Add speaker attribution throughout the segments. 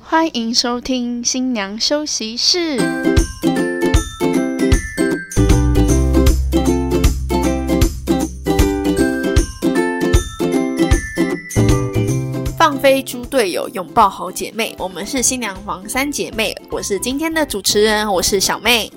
Speaker 1: 欢迎收听新娘休息室。放飞猪队友，拥抱好姐妹。我们是新娘房三姐妹，我是今天的主持人，我是小妹。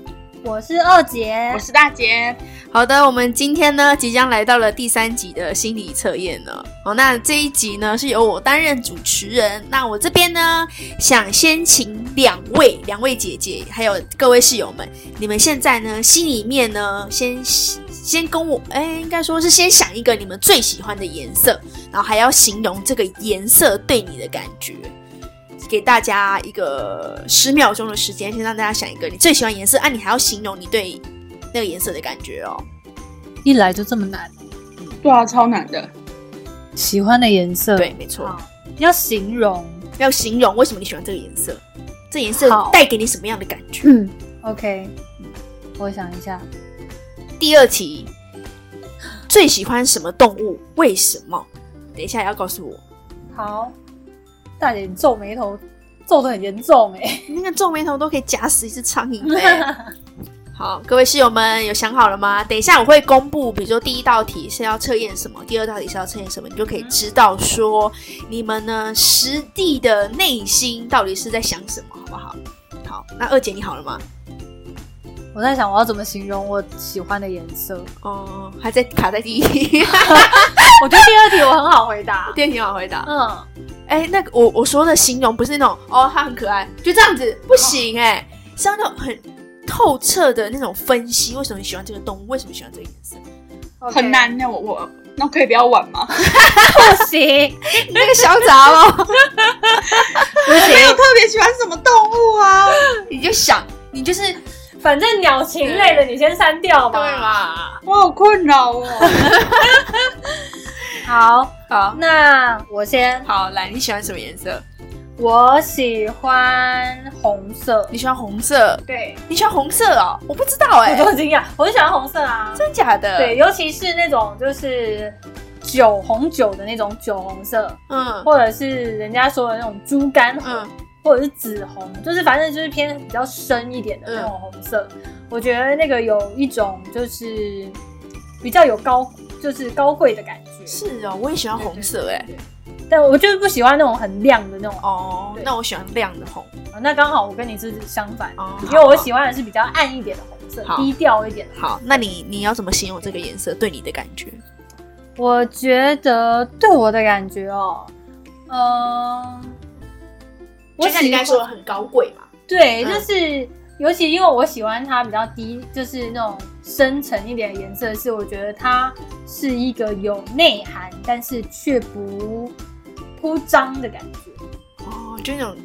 Speaker 2: 我是二姐
Speaker 3: 我，是大姐，
Speaker 1: 好的，我们今天呢即将来到了第三集的心理测验了。好，那这一集呢是由我担任主持人。那我这边呢想先请两位两位姐姐还有各位室友们，你们现在呢心里面呢先先跟我，哎、应该说是先想一个你们最喜欢的颜色，然后还要形容这个颜色对你的感觉。给大家一个十秒钟的时间，先让大家想一个你最喜欢的颜色，啊，你还要形容你对那个颜色的感觉哦。
Speaker 4: 一来就这么难。
Speaker 3: 对啊，超难的。
Speaker 4: 喜欢的颜色，
Speaker 1: 对，，没错，
Speaker 2: 好
Speaker 4: 要形容。
Speaker 1: 要形容为什么你喜欢这个颜色，这颜色
Speaker 4: 好
Speaker 1: 带给你什么样的感觉？
Speaker 4: 嗯，OK，我想一下，
Speaker 1: 第二题，最喜欢什么动物？为什么？等一下要告诉我。
Speaker 4: 好，大姐你皱眉头皱得很严重哎、
Speaker 1: 你那个皱眉头都可以夹死一只苍蝇呗。好，各位室友们有想好了吗？等一下我会公布，比如说第一道题是要测验什么，第二道题是要测验什么，你就可以知道说你们呢实地的内心到底是在想什么，好不好？好，那二姐你好了吗？
Speaker 4: 我在想我要怎么形容我喜欢的颜色。
Speaker 1: 哦、还在卡在第一 题，
Speaker 4: 我觉得第二题我很好回 答。
Speaker 1: 第二题好回答。
Speaker 4: 嗯，
Speaker 1: 哎、那个我我说的形容不是那种哦，它很可爱，就这样子不行哎、是要那种很透彻的那种分析，为什么你喜欢这个动物，为什么喜欢这个颜色。
Speaker 3: 很，难那我我那可以不要玩吗？
Speaker 4: 不行，
Speaker 1: 哎你那个小杂哦毛，
Speaker 4: 不行，
Speaker 3: 我特别喜欢什么动物啊？
Speaker 1: 你就想，你就是对
Speaker 2: 反正鸟禽类的你先删掉嘛。
Speaker 1: 嘛？
Speaker 3: 我好困扰哦。
Speaker 4: 好，
Speaker 1: 好，
Speaker 4: 那我先，
Speaker 1: 好，来，你喜欢什么颜色？
Speaker 4: 我喜欢红色。
Speaker 1: 你喜欢红色？
Speaker 4: 对，
Speaker 1: 你喜欢红色哦？我不知道哎、
Speaker 4: 我都惊讶，我很喜欢红色啊。
Speaker 1: 真假的？
Speaker 4: 对，，尤其是那种就是酒红酒的那种酒红色，
Speaker 1: 嗯
Speaker 4: 或者是人家说的那种猪肝红，
Speaker 1: 嗯，
Speaker 4: 或者是紫红，就是反正就是偏比较深一点的那种
Speaker 1: 嗯
Speaker 4: 红色。我觉得那个有一种就是比较有高，就是高贵的感觉。
Speaker 1: 是哦，我也喜欢红色哎、
Speaker 4: 对，但我就是不喜欢那种很亮的那种。
Speaker 1: 哦，
Speaker 4: 对
Speaker 1: 那我喜欢亮的红。
Speaker 4: 啊那刚好我跟你是相反，
Speaker 1: 哦，
Speaker 4: 因为我喜欢的是比较暗一点的红色
Speaker 1: 好，
Speaker 4: 低调一点的。
Speaker 1: 好，那你你要怎么形容这个颜色对你的感觉？
Speaker 4: 我觉得对我的感觉哦，嗯，我喜欢
Speaker 1: 的很高贵嘛。
Speaker 4: 对，
Speaker 1: 嗯
Speaker 4: 就是、尤其因为我喜欢它比较低，就是那种深沉一点的颜色，是我觉得它是一个有内涵，但是却不铺张的感觉。
Speaker 1: 哦，就那种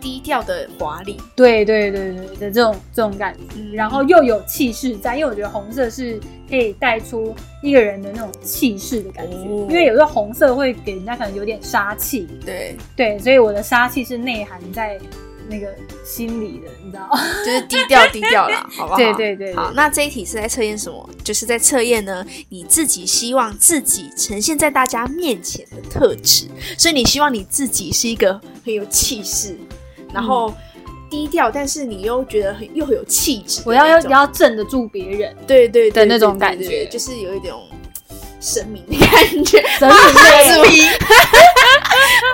Speaker 1: 低调的华丽，
Speaker 4: 对对对对的这种这种感觉，
Speaker 1: 嗯
Speaker 4: 然后又有气势在，因为我觉得红色是可以带出一个人的那种气势的感觉，
Speaker 1: 哦
Speaker 4: 因为有时候红色会给人家可能有点杀气，
Speaker 1: 对，
Speaker 4: 对，所以我的杀气是内涵在那个心里的，你知道？
Speaker 1: 就是低调低调啦，好不好？
Speaker 4: 对对对
Speaker 1: 好，
Speaker 4: 对，
Speaker 1: 那这一题是在测验什么？就是在测验呢，你自己希望自己呈现在大家面前的特质，所以你希望你自己是一个很有气势，
Speaker 4: 嗯
Speaker 1: 然后低调，但是你又觉得很又很有气质的
Speaker 4: 我要
Speaker 1: 那
Speaker 4: 要
Speaker 1: 种，
Speaker 4: 要镇得住别人，
Speaker 1: 对对对
Speaker 4: 的那
Speaker 1: 对
Speaker 4: 种
Speaker 1: 对
Speaker 4: 感
Speaker 1: 对
Speaker 4: 觉
Speaker 1: 就是有一种神明的感觉，
Speaker 4: 神明
Speaker 1: 族
Speaker 4: 类，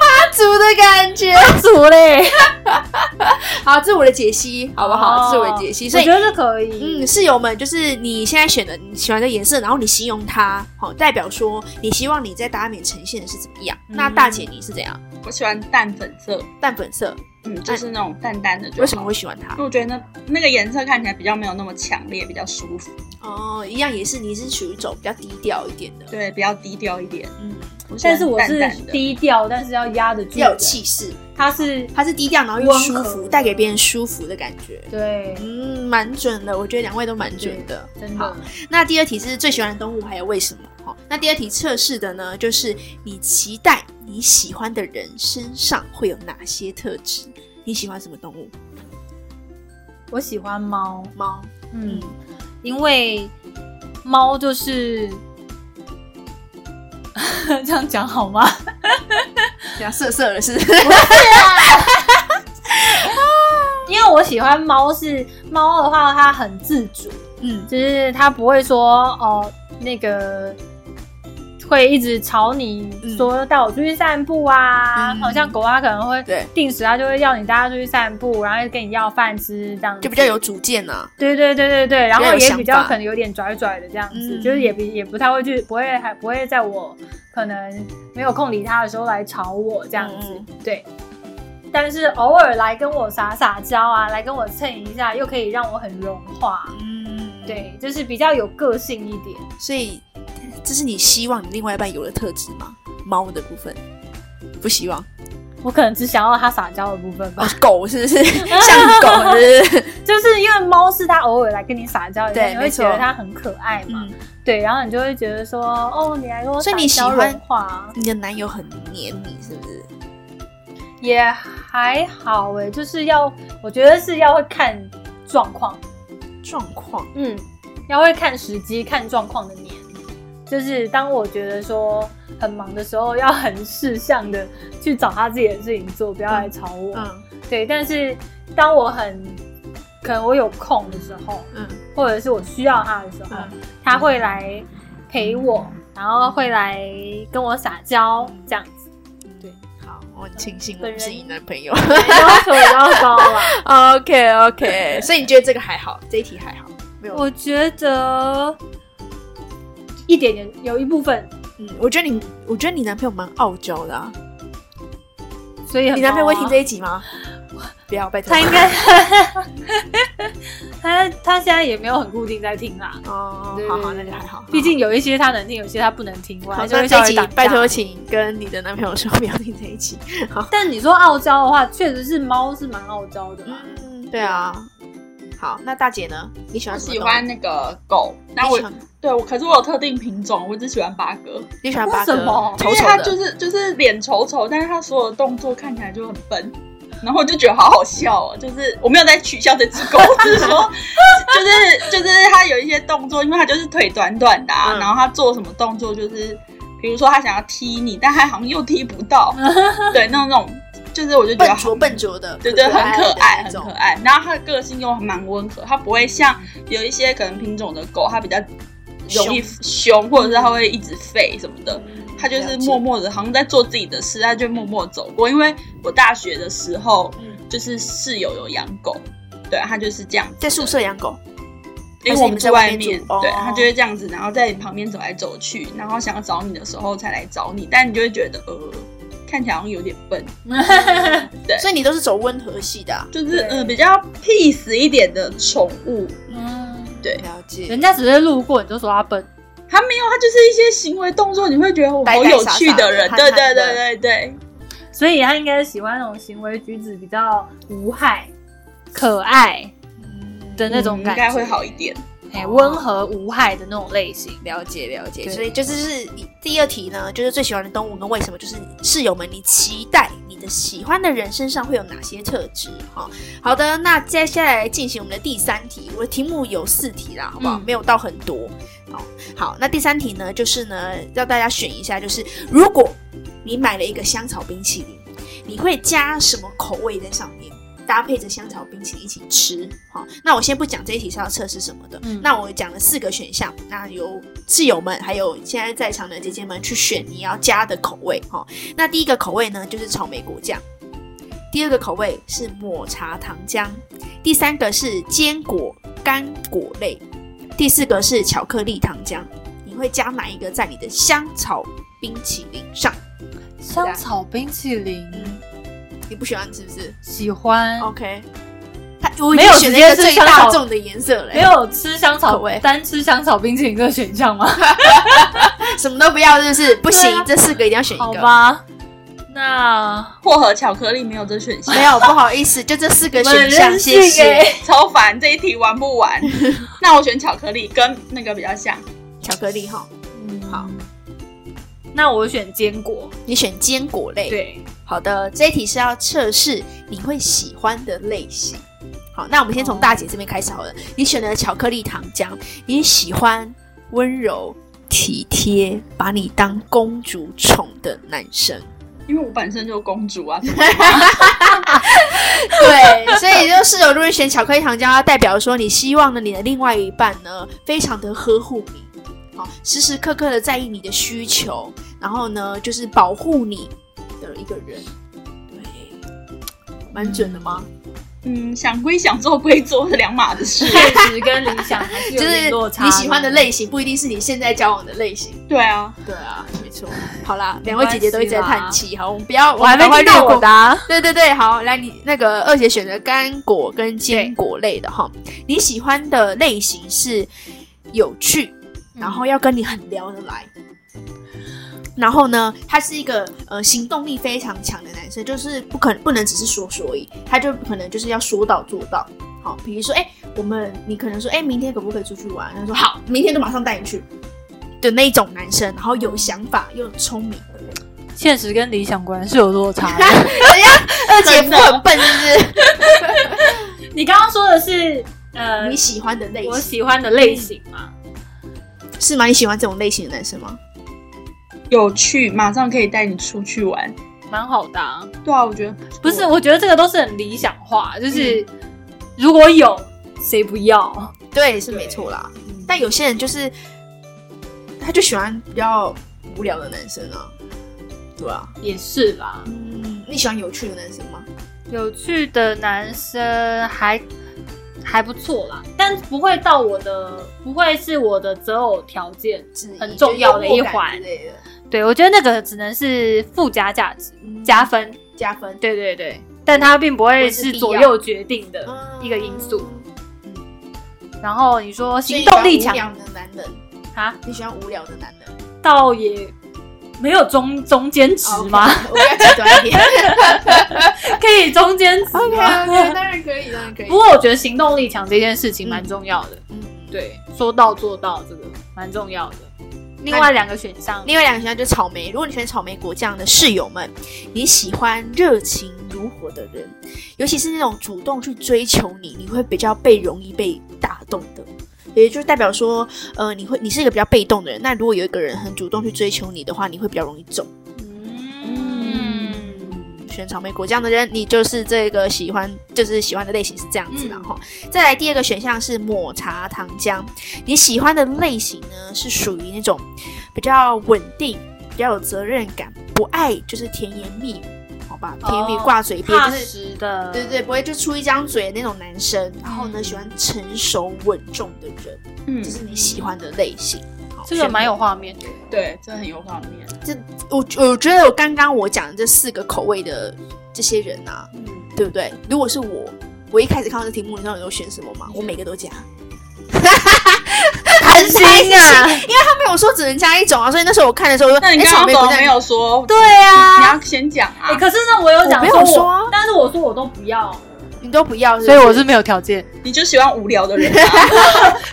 Speaker 1: 妈祖的感觉。
Speaker 4: 族嘞，
Speaker 1: 好，这是我的解析，好不好？这是我的解析，所
Speaker 4: 哦我
Speaker 1: 以
Speaker 4: 觉得这可以，
Speaker 1: 嗯，室友们，就是你现在选的你喜欢的颜色，然后你形容它，好、代表说你希望你在大家面前呈现的是怎么样。
Speaker 4: 嗯
Speaker 1: 那大姐你是怎样？
Speaker 3: 我喜欢淡粉色，
Speaker 1: 淡粉色，
Speaker 3: 嗯，就是那种淡淡的就好。
Speaker 1: 为什么会喜欢它
Speaker 3: 因？为我觉得那那个颜色看起来比较没有那么强烈，比较舒服，
Speaker 4: 嗯
Speaker 1: 哦，一样也是，你是属于一种比较低调一点的，
Speaker 3: 对，比较低调一点。
Speaker 1: 嗯，
Speaker 3: 我喜欢
Speaker 4: 但是我是
Speaker 3: 淡淡的
Speaker 4: 低调，但是要压得住，
Speaker 1: 比较有，气势，
Speaker 4: 它是
Speaker 1: 它是低调，然后又
Speaker 4: 温和
Speaker 1: 舒服，带给别人舒服的感觉。
Speaker 4: 对，
Speaker 1: 嗯，蛮准的，我觉得两位都蛮准的。
Speaker 4: 真
Speaker 1: 好
Speaker 4: 的，
Speaker 1: 那第二题是最喜欢的动物，还有为什么？好，那第二题测试的呢，就是你期待你喜欢的人身上会有哪些特质？你喜欢什么动物？
Speaker 4: 我喜欢猫，
Speaker 1: 猫。
Speaker 4: 嗯，因为猫就是 这样讲好吗？
Speaker 1: 这样色色的是，
Speaker 4: 喜欢猫是猫的话，它很自主，
Speaker 1: 嗯，
Speaker 4: 就是它不会说哦那个会一直吵你说带我出去散步啊，
Speaker 1: 嗯
Speaker 4: 好像狗它可能会
Speaker 1: 对，
Speaker 4: 定时它啊就会要你带它出去散步，然后跟你要饭吃这样子，
Speaker 1: 就比较有主见啊呐、
Speaker 4: 对对对对对，然
Speaker 1: 比较
Speaker 4: 后
Speaker 1: 有
Speaker 4: 也
Speaker 1: 想
Speaker 4: 比较
Speaker 1: 法
Speaker 4: 可能有点拽拽的这样子，
Speaker 1: 嗯
Speaker 4: 就是也比也不太会去，不会还不会在我可能没有空理他的时候来吵我这样子，
Speaker 1: 嗯
Speaker 4: 对。但是偶尔来跟我撒撒娇啊，来跟我蹭一下，又可以让我很融化，
Speaker 1: 嗯，，
Speaker 4: 对，就是比较有个性一点。
Speaker 1: 所以这是你希望你另外一半有的特质吗？猫的部分不希望，
Speaker 4: 我可能只想要他撒娇的部分吧
Speaker 1: 哦，，狗是不 是像狗是不是？
Speaker 4: 就是因为猫是它偶尔来跟你撒娇一下，
Speaker 1: 对
Speaker 4: 你会
Speaker 1: 没错
Speaker 4: 觉得它很可爱嘛，
Speaker 1: 嗯，
Speaker 4: 对，然后你就会觉得说，哦，你来跟我
Speaker 1: 所
Speaker 4: 撒
Speaker 1: 以你喜
Speaker 4: 娇
Speaker 1: 欢
Speaker 4: 融化啊，
Speaker 1: 你的男友很黏你是不是？
Speaker 4: 也还好哎、就是要我觉得是要会看状况，
Speaker 1: 状况，
Speaker 4: 嗯，要会看时机、看状况的年。就是当我觉得说很忙的时候，要很事项的去找他自己的事情做，不要来吵我。
Speaker 1: 嗯
Speaker 4: 对，但是当我很可能我有空的时候，
Speaker 1: 嗯
Speaker 4: 或者是我需要他的时候，
Speaker 1: 嗯
Speaker 4: 他会来陪我，然后会来跟我撒娇这样 子，
Speaker 1: 好，我很庆幸我
Speaker 4: 本
Speaker 1: 不是
Speaker 4: 人
Speaker 1: 你男朋 友。
Speaker 4: 要求比较高啦。
Speaker 1: OK OK，所以 你觉得这个还好，这一题还好，没有？
Speaker 4: 我觉得一点点有一部分，
Speaker 1: 嗯，我觉得你，我觉得你男朋友蛮傲娇的、啊。
Speaker 4: 所以很
Speaker 1: 你男朋友会
Speaker 4: 忙
Speaker 1: 听
Speaker 4: 啊
Speaker 1: 这一集吗？不要，拜托。
Speaker 4: 他应该 他他现在也没有很固定在听啦，
Speaker 1: 哦
Speaker 4: 对，
Speaker 1: 好好，那就还好。
Speaker 4: 毕竟有一些他能听，有一些他不能听，我
Speaker 1: 好，
Speaker 4: 还是
Speaker 1: 那
Speaker 4: 会
Speaker 1: 这
Speaker 4: 稍
Speaker 1: 一
Speaker 4: 微
Speaker 1: 集
Speaker 4: 挡
Speaker 1: 拜托
Speaker 4: 下。
Speaker 1: 请跟你的男朋友说不要听这一 集。
Speaker 4: 但你说傲娇的话，确实是猫是蛮傲娇的啦。
Speaker 1: 嗯，对啊。好，那大姐呢？你喜
Speaker 3: 我
Speaker 1: 欢什么
Speaker 3: 喜
Speaker 1: 动物
Speaker 3: 欢那个狗，但我
Speaker 1: 你喜欢
Speaker 3: 对我，可是我有特定品种，我只喜欢八哥，
Speaker 1: 你喜欢八
Speaker 4: 为什
Speaker 1: 哥
Speaker 4: 么，
Speaker 1: 丑
Speaker 3: 因为
Speaker 1: 丑
Speaker 3: 它
Speaker 1: 的，
Speaker 3: 就是就是脸丑丑，但是它所有的动作看起来就很笨，然后我就觉得好好笑哦。就是我没有在取笑这只狗，我只是 说，就是就是它有一些动作，因为它就是腿短短的、啊，
Speaker 1: 嗯
Speaker 3: 然后它做什么动作就是，比如说它想要踢你，但它好像又踢 不到，对，那种就是我就觉得
Speaker 1: 笨
Speaker 3: 好
Speaker 1: 拙笨拙的，
Speaker 3: 对对，很可
Speaker 1: 那
Speaker 3: 爱，很可
Speaker 1: 种。
Speaker 3: 爱。然后它的个性又蛮温和，它不会像有一些可能品种的狗，它比较容易凶，或者是它
Speaker 1: 嗯
Speaker 3: 会一直吠什么的。它就是默默的，好像在做自己的事，它就默默走过。因为我大学的时候，
Speaker 1: 嗯
Speaker 3: 就是室友有养狗，对，它就是这样子的，
Speaker 1: 在宿舍养狗，还
Speaker 3: 因
Speaker 1: 是
Speaker 3: 为我
Speaker 1: 你们
Speaker 3: 们
Speaker 1: 在
Speaker 3: 住
Speaker 1: 外
Speaker 3: 外
Speaker 1: 面
Speaker 3: 面，
Speaker 1: 住哦
Speaker 3: 对，它就会这样子，然后在你旁边走来走去，然后想要找你的时候才来找你，但你就会觉得呃，看起来好像有点笨，对
Speaker 1: 所以你都是走温和系的啊。
Speaker 3: 就是
Speaker 4: 对
Speaker 3: 呃比较 peace 一点的宠物，
Speaker 4: 嗯，
Speaker 3: 对
Speaker 1: 了解
Speaker 4: 人。家只是路过你就说他笨，
Speaker 3: 它没有，它就是一些行为动作，你会觉得我
Speaker 1: 呆
Speaker 3: 好
Speaker 1: 呆
Speaker 3: 有
Speaker 1: 傻
Speaker 3: 趣
Speaker 1: 傻的
Speaker 3: 人，
Speaker 1: 憨
Speaker 3: 对
Speaker 1: 憨
Speaker 3: 对
Speaker 1: 的
Speaker 3: 对对对，
Speaker 4: 所以他应该喜欢那种行为举止比较无害、可爱的那种
Speaker 3: 嗯
Speaker 4: 感
Speaker 3: 应
Speaker 4: 觉，
Speaker 3: 该会好一点。
Speaker 4: 哎，温和无害的那种类型。
Speaker 1: 了解了解，
Speaker 4: 对
Speaker 1: 所以就是是你第二题呢，就是最喜欢的动物跟为什么，就是室友们，你期待你的喜欢的人身上会有哪些特质？哈、好的，那接下来进行我们的第三题，我的题目有四题啦，好不好？
Speaker 4: 嗯
Speaker 1: 没有到很多。好，好，那第三题呢，就是呢，让大家选一下，就是如果你买了一个香草冰淇淋，你会加什么口味在上面？搭配着香草冰淇淋一起吃，好，那我先不讲这一题是要测试什么的，
Speaker 4: 嗯
Speaker 1: 那我讲了四个选项，那由室友们还有现在在场的姐姐们去选你要加的口味，哈、那第一个口味呢就是草莓果酱，第二个口味是抹茶糖浆，第三个是坚果干果类，第四个是巧克力糖浆，你会加哪一个在你的香草冰淇淋上？
Speaker 4: 香草冰淇淋
Speaker 1: 嗯，你不喜欢是不是
Speaker 4: 喜欢，
Speaker 1: ？OK，他我已
Speaker 4: 嗯没
Speaker 1: 经
Speaker 4: 有
Speaker 1: 选了
Speaker 4: 直
Speaker 1: 一
Speaker 4: 接
Speaker 1: 个
Speaker 4: 是
Speaker 1: 最
Speaker 4: 香
Speaker 1: 大
Speaker 4: 草
Speaker 1: 众的颜色欸嘞，
Speaker 4: 没有吃香草
Speaker 1: 口味
Speaker 4: 单吃香草冰淇淋这个选项吗？
Speaker 1: 什么都不要，是不是？不行，
Speaker 4: 对啊
Speaker 1: 这四个一定要选一
Speaker 4: 好
Speaker 1: 个。
Speaker 4: 吧，那
Speaker 3: 薄荷巧克力没有这选项，
Speaker 1: 没有，不好意思，就这四个
Speaker 4: 我们
Speaker 1: 选项，
Speaker 4: 任性
Speaker 1: 谢谢。
Speaker 4: 欸
Speaker 3: 超烦，这一题玩不完。 那我选巧克力，跟那个比较像。
Speaker 1: 巧克力哈，好，
Speaker 4: 嗯那我选坚果，
Speaker 1: 你选坚果类。，
Speaker 4: 对，
Speaker 1: 好的，这一题是要测试你会喜欢的类型。好，那我们先从大姐这边开始好了。你选了巧克力糖浆，你喜欢温柔体贴、把你当公主宠的男生。
Speaker 3: 因为我本身就公主啊，怎么
Speaker 1: 对，所以就是有路人选巧克力糖浆，它代表说你希望呢你的另外一半呢非常的呵护你，好、时时刻刻的在意你的需求，然后呢就是保护你的一个人，对，蛮准的吗？
Speaker 3: 嗯，想归想，做归做是两码子事。
Speaker 4: 现实跟理想还是有
Speaker 1: 就
Speaker 4: 点
Speaker 1: 是
Speaker 4: 落差。
Speaker 1: 你喜欢的，类型不一定是你现在交往的类型。
Speaker 3: 对啊，
Speaker 1: 对啊，没错。好啦，两位姐姐都一直在叹气，好，我们不要，
Speaker 4: 我还没
Speaker 1: 们赶快
Speaker 4: 听到
Speaker 1: 略过
Speaker 4: 我的啊。
Speaker 1: 对对对，好，来你那个二姐选择干果跟坚果类的哈，你喜欢的类型是有趣，然后要跟你很聊得来。然后呢，他是一个呃行动力非常强的男生，就是不可不能只是说说而已，他就可能就是要说到做到。好，比如说，哎、我们你可能说，哎、明天可不可以出去玩？他说好，明天就马上带你去的那一种男生，然后有想法又聪明。
Speaker 4: 现实跟理想果然是有落差的。
Speaker 1: 二姐夫很笨，是不是？
Speaker 4: 你刚刚说的是呃
Speaker 1: 你，喜欢的类
Speaker 4: 我
Speaker 1: 型？
Speaker 4: 喜欢的类型嘛？
Speaker 1: 是吗？你喜欢这种类型的男生吗？
Speaker 3: 有趣，马上可以带你出去玩。
Speaker 4: 蛮好的啊。
Speaker 3: 对啊，我觉得
Speaker 4: 不是，我觉嗯得这个都是很理想化，就是如果有谁不要？
Speaker 1: 对，是没错啦。
Speaker 4: 嗯
Speaker 1: 但有些人就是，他就喜欢比较无聊的男生啊，对啊。
Speaker 4: 也是啦。
Speaker 1: 嗯，你喜欢有趣的男生吗？
Speaker 4: 有趣的男生还还不错啦，但不会到我的，不会是我的择偶条件。
Speaker 1: 质疑
Speaker 4: 很重要的一环
Speaker 1: 就幽默感之类的，
Speaker 4: 对我觉得那个只能是附加价值、
Speaker 1: 嗯
Speaker 4: 加分。
Speaker 1: 加分
Speaker 4: 对对对，但它并不会是左右决定的。
Speaker 1: 嗯
Speaker 4: 一个因素然后你说
Speaker 1: 所以
Speaker 4: 行
Speaker 1: 你
Speaker 4: 动力
Speaker 1: 喜欢
Speaker 4: 强
Speaker 1: 无聊的男人，
Speaker 4: 啊，
Speaker 1: 你喜欢无聊的男人
Speaker 4: 倒也没有中中间值吗？
Speaker 1: 哦，OK，我要极端一点。
Speaker 4: 可以中间值 吗
Speaker 1: 哦 OK，当然可以，当然可以
Speaker 4: 不。过我觉得行动力强这件事情蛮重要的，
Speaker 1: 嗯，
Speaker 4: 对，说到做到这个蛮重要的。另外两个选项，
Speaker 1: 另外两个选项就是草莓。如果你选草莓果酱的室友们，你喜欢热情如火的人，尤其是那种主动去追求你，你会比较被容易被打动的。也就代表说，呃，你会你是一个比较被动的人。那如果有一个人很主动去追求你的话，你会比较容易中。
Speaker 4: 嗯，
Speaker 1: 选草莓果酱的人，你就是这个喜欢，就是喜欢的类型是这样子的
Speaker 4: 嗯
Speaker 1: 哈、再来第二个选项是抹茶糖浆，你喜欢的类型呢是属于那种比较稳定、比较有责任感，不爱就是甜言蜜语，好吧，甜言蜜语
Speaker 4: 哦
Speaker 1: 挂嘴边、
Speaker 4: 踏
Speaker 1: 就是。
Speaker 4: 实的，
Speaker 1: 对对，不会就出一张嘴的那种男生，然后呢，喜欢成熟稳重的人，
Speaker 3: 嗯
Speaker 1: 这，是你喜欢的类型。好
Speaker 4: 嗯这个蛮有画面的。
Speaker 3: 对，这很有画面。
Speaker 1: 我我觉得我刚刚我讲的这四个口味的这些人啊，
Speaker 3: 嗯
Speaker 1: 对不对？如果是我，我一开始看到这题目，你知道我有选什么吗？我每个都 加，
Speaker 4: 贪心啊，
Speaker 1: 他没有说只能加一种啊，所以那时候我看的时候我就，
Speaker 3: 那你
Speaker 1: 哎
Speaker 3: 刚
Speaker 1: 草
Speaker 3: 刚
Speaker 1: 莓
Speaker 3: 怎
Speaker 1: 果
Speaker 3: 么
Speaker 1: 酱
Speaker 3: 没有说？
Speaker 4: 对
Speaker 3: 你
Speaker 4: 啊。
Speaker 3: 要先讲啊
Speaker 4: 哎，！可是呢，我有讲
Speaker 1: 我没有
Speaker 4: 说
Speaker 1: 说啊
Speaker 4: 我，但是我说我都不要，
Speaker 1: 你都不要，
Speaker 4: 所以我
Speaker 1: 是
Speaker 4: 是没有条件，
Speaker 3: 你就喜欢无聊的人 啊，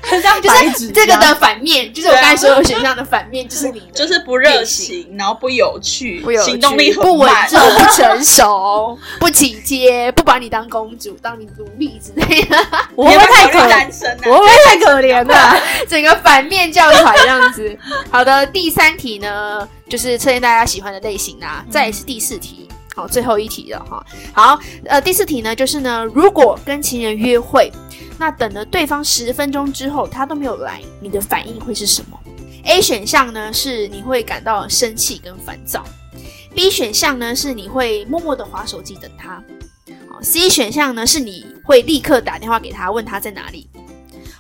Speaker 4: 很像
Speaker 1: 不
Speaker 4: 白
Speaker 1: 是就
Speaker 4: 纸
Speaker 1: 是
Speaker 4: 一
Speaker 1: 这个
Speaker 4: 样
Speaker 1: 的反面，就是我刚才所有选项的反面，就是你的
Speaker 3: 就是不热情，然后不有趣，
Speaker 1: 不有趣
Speaker 3: 行动力很
Speaker 1: 不稳
Speaker 3: 慢。
Speaker 1: 重、不成熟、不起阶，不把你当公主、当你奴隶之类的，
Speaker 4: 我
Speaker 3: 你
Speaker 4: 会
Speaker 3: 有
Speaker 4: 不
Speaker 3: 没
Speaker 4: 会
Speaker 3: 有
Speaker 4: 太可
Speaker 3: 考虑
Speaker 4: 怜？
Speaker 3: 单身
Speaker 4: 我会
Speaker 3: 啊？
Speaker 4: 不会太可怜了？
Speaker 1: 整个反面教材这样子。 好的，第三题呢，就是测验大家喜欢的类型啦、再来是第四题，好，最后一题了哈。好，呃，第四题呢，就是呢，如果跟情人约会，那等了对方十分钟之后，他都没有来，你的反应会是什么？A 选项呢是你会感到生气跟烦躁，B 选项呢是你会默默的划手机等他。好，C 选项呢是你会立刻打电话给他，问他在哪里。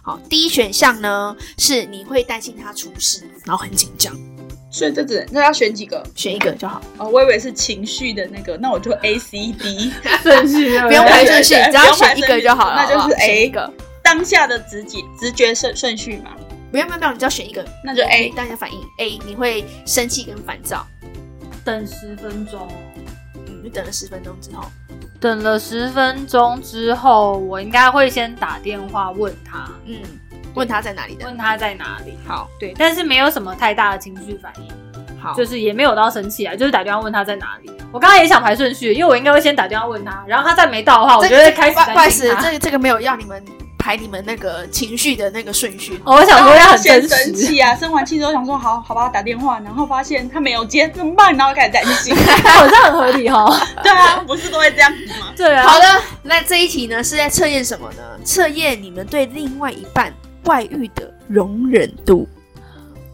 Speaker 1: 好，第一选项呢是你会担心他出事，然后很紧张，
Speaker 3: 所以这只那要选几个？
Speaker 1: 选一个就好，
Speaker 3: 哦，我以为是情绪的那个，那我就 A C D。
Speaker 4: 顺序对
Speaker 1: 不
Speaker 4: 对
Speaker 1: 用排顺序，
Speaker 3: 对对
Speaker 1: 只要选一个就好了，
Speaker 3: 那就是
Speaker 1: 好不好
Speaker 3: A
Speaker 1: 选一个，
Speaker 3: 当下的直觉直觉顺顺序嘛，
Speaker 1: 不用不用不用，你只要选一个，
Speaker 3: 那就 A
Speaker 1: 大家反应 A，你会生气跟烦躁，
Speaker 4: 等十分钟，
Speaker 1: 嗯，你等了十分钟之后，
Speaker 4: 等了十分钟之后，我应该会先打电话问他，
Speaker 1: 嗯，问他在哪里的，
Speaker 4: 问他在哪里。
Speaker 1: 好，
Speaker 4: 对，但是没有什么太大的情绪反应，
Speaker 1: 好，
Speaker 4: 就是也没有到生气啊，就是打电话问他在哪里。我刚刚也想排顺序，因为我应该会先打电话问他，然后他再没到的话，我
Speaker 1: 这
Speaker 4: 就
Speaker 1: 个
Speaker 4: 会开
Speaker 1: 不
Speaker 4: 始
Speaker 1: 不好
Speaker 4: 担
Speaker 1: 意思
Speaker 4: 心，他。
Speaker 1: 这个这个没有要你们。排你们那个情绪的那个顺序。
Speaker 4: 哦，我想说要很
Speaker 3: 先
Speaker 4: 真实，
Speaker 3: 生气啊，生完气之后想说好好吧，打电话，然后发现他没有接，怎么办？然后开始担 心。
Speaker 4: 好像很合理哦哈。
Speaker 3: 对啊，不是都会这样子吗？
Speaker 4: 对啊，
Speaker 1: 好的，那这一题呢是在测验什么呢？测验你们对另外一半外遇的容忍度。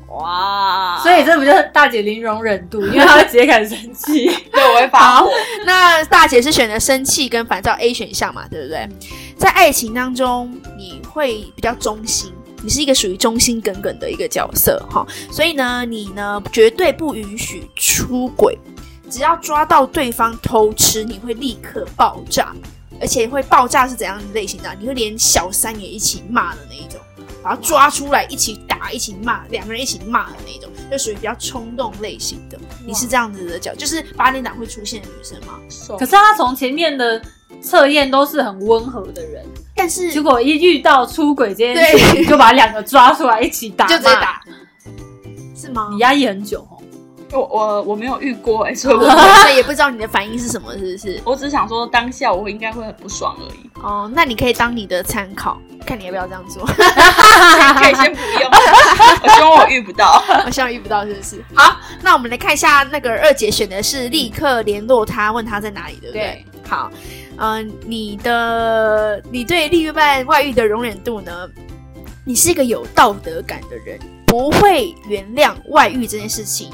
Speaker 3: 哇，
Speaker 4: 所以这不就是大姐零容忍 度，因为她会直接开始生气。
Speaker 3: 对我会发火。
Speaker 1: 那大姐是选择生气跟烦躁 A 选项嘛，对不对？在爱情当中，你会比较忠心，你是一个属于忠心耿耿的一个角色哈，所以呢，你呢绝对不允许出轨，只要抓到对方偷吃，你会立刻爆炸，而且会爆炸是怎样的类型的啊？你会连小三也一起骂的那一种。把他抓出来，一起打，一起骂，两个人一起骂的那种，就属于比较冲动类型的。你是这样子的角，就是八点档会出现的女生吗？
Speaker 3: 手
Speaker 4: 可是她从前面的测验都是很温和的人，
Speaker 1: 但是
Speaker 4: 结
Speaker 1: 就
Speaker 4: 果一遇到出轨这件事
Speaker 1: 对
Speaker 4: 情，就把两个抓出来一起打，
Speaker 1: 直接。打，是吗
Speaker 4: 你？压抑很久哦，
Speaker 3: 我我我没有遇过哎、所 以我
Speaker 1: 所以也不知道你的反应是什么，是不是？
Speaker 3: 我只想说当下我应该会很不爽而已，
Speaker 1: 哦，那你可以当你的参考，看你要不要这样 做。
Speaker 3: 可以先不用。 我希望我遇不到。
Speaker 1: 我希望遇不到，是不是？好，那我们来看一下那个二姐选的是立刻联络他，问他在哪里，对不对？好，嗯、你的你对另一半外遇的容忍度呢？你是一个有道德感的人，不会原谅外遇这件事情，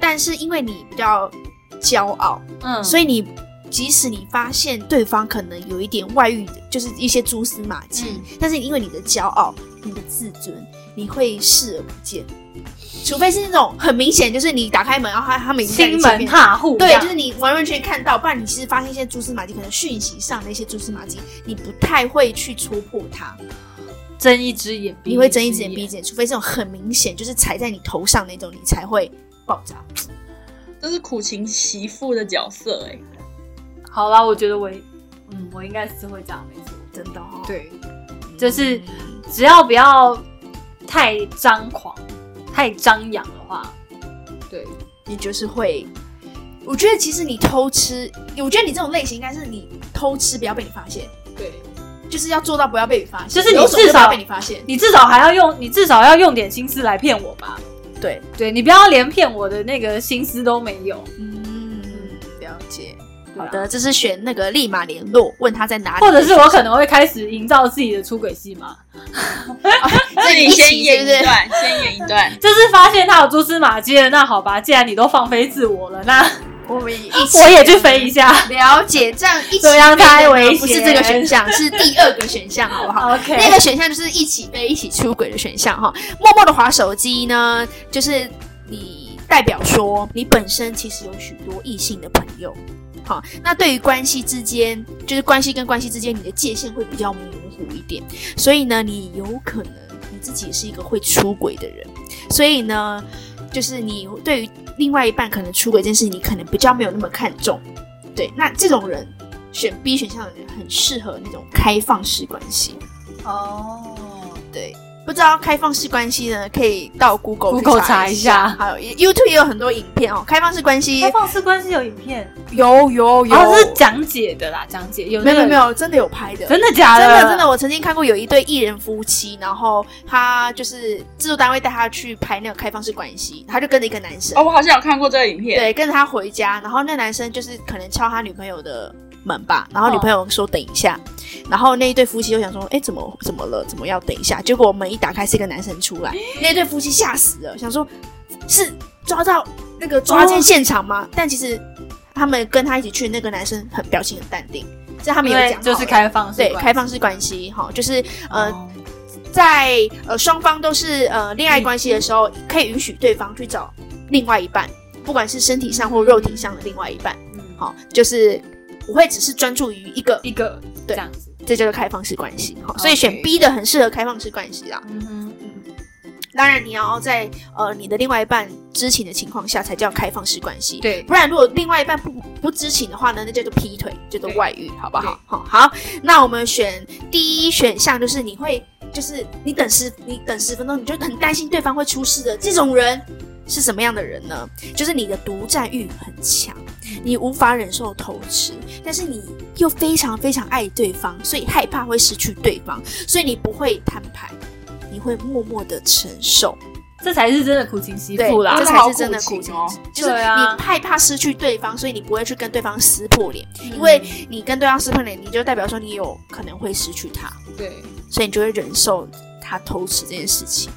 Speaker 1: 但是因为你比较骄傲，
Speaker 4: 嗯，
Speaker 1: 所以你即使你发现对方可能有一点外遇，就是一些蛛丝马迹，
Speaker 4: 嗯
Speaker 1: 但是因为你的骄傲、你的自尊，你会视而不见。除非是那种很明显，就是你打开门，然后他他们已经在你
Speaker 4: 亲
Speaker 1: 前
Speaker 4: 门
Speaker 1: 面。
Speaker 4: 踏户这
Speaker 1: 对，
Speaker 4: 样，
Speaker 1: 就是你完完全全看到，不然你其实发现一些蛛丝马迹，可能讯息上的一些蛛丝马迹，你不太会去戳破它，
Speaker 4: 睁一只眼闭一只眼，
Speaker 1: 你会睁一只眼闭一只眼，除非这种很明显就是踩在你头上那种，你才会爆炸。
Speaker 3: 这是苦情媳妇的角色哎、
Speaker 4: 好啦，我觉得我，嗯，我应该是会这样，没错。
Speaker 1: 真的哦，，
Speaker 4: 对，就是
Speaker 1: 嗯
Speaker 4: 只要不要太张狂、太张扬的话，对，
Speaker 1: 你就是会，我觉得其实你偷吃，我觉得你这种类型应该是你偷吃不要被你发现，
Speaker 4: 对，
Speaker 1: 就是要做到不要被你发现，
Speaker 4: 就是你
Speaker 1: 有种就
Speaker 4: 至
Speaker 1: 不要
Speaker 4: 少
Speaker 1: 被你发现，
Speaker 4: 你至少还要用，你至少要用点心思来骗我吧。
Speaker 1: 对，
Speaker 4: 对你不要连骗我的那个心思都没有，
Speaker 1: 嗯，了解。
Speaker 4: 对啊
Speaker 1: 好的，这是选那个立马联络，问他在哪里，
Speaker 4: 或者是 我可能会开始营造自己的出轨戏嘛，
Speaker 1: 所
Speaker 3: 自
Speaker 1: 以
Speaker 3: 己
Speaker 1: 一
Speaker 3: 先
Speaker 1: 起
Speaker 3: 演
Speaker 1: 是
Speaker 3: 一
Speaker 1: 不是？
Speaker 3: 段，先演一段。
Speaker 4: 就是发现他有蛛丝马迹了，那好吧，既然你都放飞自我了，那
Speaker 1: 我们一起，
Speaker 4: 我也去飞一下。
Speaker 1: 了解，这样一起
Speaker 4: 怎么样太危险
Speaker 1: 不是这个选项，是第二个选项，好不好？
Speaker 4: OK，
Speaker 1: 那个选项就是一起被一起出轨的选项哈。默默的划手机呢，就是你代表说你本身其实有许多异性的朋友。好，那对于关系之间，就是关系跟关系之间，你的界限会比较模糊一点，所以呢，你有可能你自己也是一个会出轨的人，所以呢，就是你对于另外一半可能出轨这件事，你可能比较没有那么看重。对，那这种人选 B 选项的人很适合那种开放式关系。
Speaker 4: 哦，
Speaker 1: 对，不知道开放式关系呢，可以到 Google 去
Speaker 4: Google
Speaker 1: 查
Speaker 4: 查一下
Speaker 1: 还有 YouTube 也有很多影片哦。开放式关系
Speaker 4: 开放式关系有影片，
Speaker 1: 有有有，
Speaker 4: 然后是讲解的啦，讲解有
Speaker 1: 没
Speaker 4: 那
Speaker 1: 有没有
Speaker 4: 个
Speaker 1: 没有，真的有拍的。啊
Speaker 4: 真的假
Speaker 1: 真
Speaker 4: 的？
Speaker 1: 的真的，我曾经看过有一对艺人夫妻，然后他就是制作单位带他去拍那个开放式关系，他就跟着一个男生，
Speaker 3: 哦，我好像有看过这个影片。
Speaker 1: 对，跟着他回家，然后那男生就是可能敲他女朋友的门吧，然后女朋
Speaker 4: 哦
Speaker 1: 友说等一下，然后那一对夫妻就想说，哎，怎么怎么了，怎么要等一下？结果门一打开是一个男生出来，那一对夫妻吓死了，想说是抓到那个抓
Speaker 4: 哦
Speaker 1: 奸现场吗？但其实他们跟他一起去的那个男生很表情很淡定，这他们有
Speaker 4: 因为
Speaker 1: 讲好
Speaker 4: 就是
Speaker 1: 了
Speaker 4: 开放式
Speaker 1: 对
Speaker 4: 关系
Speaker 1: 开放式关系哈，就是呃
Speaker 4: 哦
Speaker 1: 在呃双方都是呃恋爱关系的时
Speaker 4: 嗯
Speaker 1: 候，可以允许对方去找另外一半，不管是身体上或肉体上的另外一半。
Speaker 4: 嗯
Speaker 1: 好、就是不会只是专注于一个，
Speaker 4: 一个
Speaker 1: 对
Speaker 4: 这样子，
Speaker 1: 这叫做开放式关系。好、
Speaker 4: OK
Speaker 1: 所以选 B 的很适合开放式关系啦。
Speaker 4: 嗯哼，
Speaker 1: 当然，你要在呃你的另外一半知情的情况下才叫开放式关系。
Speaker 4: 对，
Speaker 1: 不然如果另外一半不不知情的话呢，那叫做劈腿，叫做
Speaker 4: 对
Speaker 1: 外遇，好不好？好、好，那我们选第一选项，就是你会，就是你等十，你等十分钟，你就很担心对方会出事的这种人是什么样的人呢？就是你的独占欲很强，你无法忍受偷吃，但是你又非常非常爱对方，所以害怕会失去对方，所以你不会摊牌，你会默默的承受。
Speaker 4: 这才是真的苦情媳
Speaker 1: 对，
Speaker 4: 妇啦
Speaker 1: 这。才是真的苦
Speaker 3: 这
Speaker 1: 情
Speaker 3: 好苦情，
Speaker 1: 就是
Speaker 4: 对啊
Speaker 1: 你害怕失去对方，所以你不会去跟对方撕破脸，
Speaker 4: 嗯
Speaker 1: 因为你跟对方撕破脸，你就代表说你有可能会失去他，
Speaker 3: 对，
Speaker 1: 所以你就会忍受他偷吃这件事情。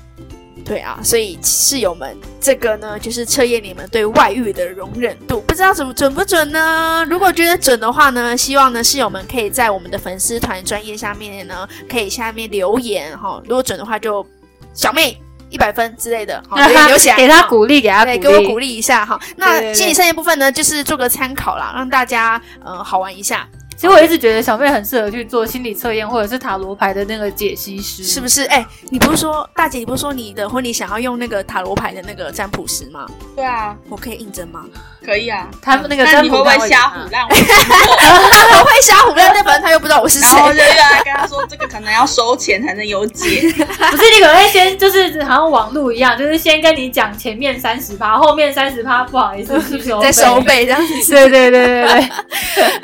Speaker 1: 对啊，所以室友们，这个呢就是测验你们对外遇的容忍度，不知道准准不准呢？如果觉得准的话呢，希望呢室友们可以在我们的粉丝团专业下面呢，可以下面留言哈、如果准的话就小妹一百分之类的，好、 留言留起来，
Speaker 4: 给他
Speaker 1: 哈
Speaker 4: 鼓励，给他
Speaker 1: 对，
Speaker 4: 鼓
Speaker 1: 哎给我
Speaker 4: 励
Speaker 1: 鼓。励一下哈。
Speaker 4: 对对
Speaker 1: 那
Speaker 4: 对
Speaker 1: 心理测验部分呢，就是做个参考啦，让大家呃好玩一下，
Speaker 4: 其实我一直觉得小妹很适合去做心理测验，或者是塔罗牌的那个解析师，
Speaker 1: 是不是？哎、你不是说大姐，你不是说你的婚礼想要用那个塔罗牌的那个占卜师吗？
Speaker 3: 对啊，
Speaker 1: 我可以应 征吗？
Speaker 3: 可以啊。
Speaker 4: 他们那个
Speaker 3: 那
Speaker 4: 占
Speaker 3: 你
Speaker 4: 卜啊
Speaker 3: 会不
Speaker 4: 单
Speaker 3: 会瞎
Speaker 4: 给
Speaker 3: 唬
Speaker 4: 他
Speaker 3: 烂我？ 然
Speaker 1: 我会瞎胡乱，但反正他又不知道我是谁。
Speaker 3: 后就又来跟他说，这个可能要收钱才能有解。
Speaker 4: 不是你可能会先就是好像网路一样，就是先跟你讲前面三十趴，后面三十趴不好意思去收
Speaker 1: 在收。费这样子，
Speaker 4: 对对对对对，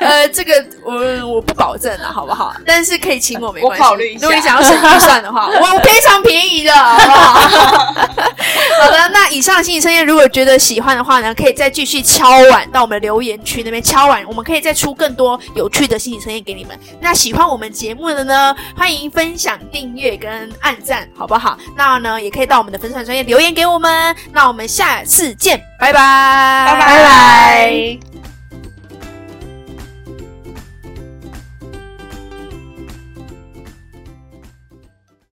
Speaker 1: 呃，这个我我不保证了，好不好？但是可以请我没关系。
Speaker 3: 我考虑一下
Speaker 1: 如果你想要省预算的 话，我非常便宜的，好不好？ 好的，那以上的心理测验，如果觉得喜欢的话呢，可以再继续敲碗到我们的留言区那边敲碗，我们可以再出更多有趣的心理测验给你们。那喜欢我们节目的呢，欢迎分享、订阅跟按赞，好不好？那呢，也可以到我们的粉丝团专业留言给我们。那我们下次见，拜拜，
Speaker 3: 拜拜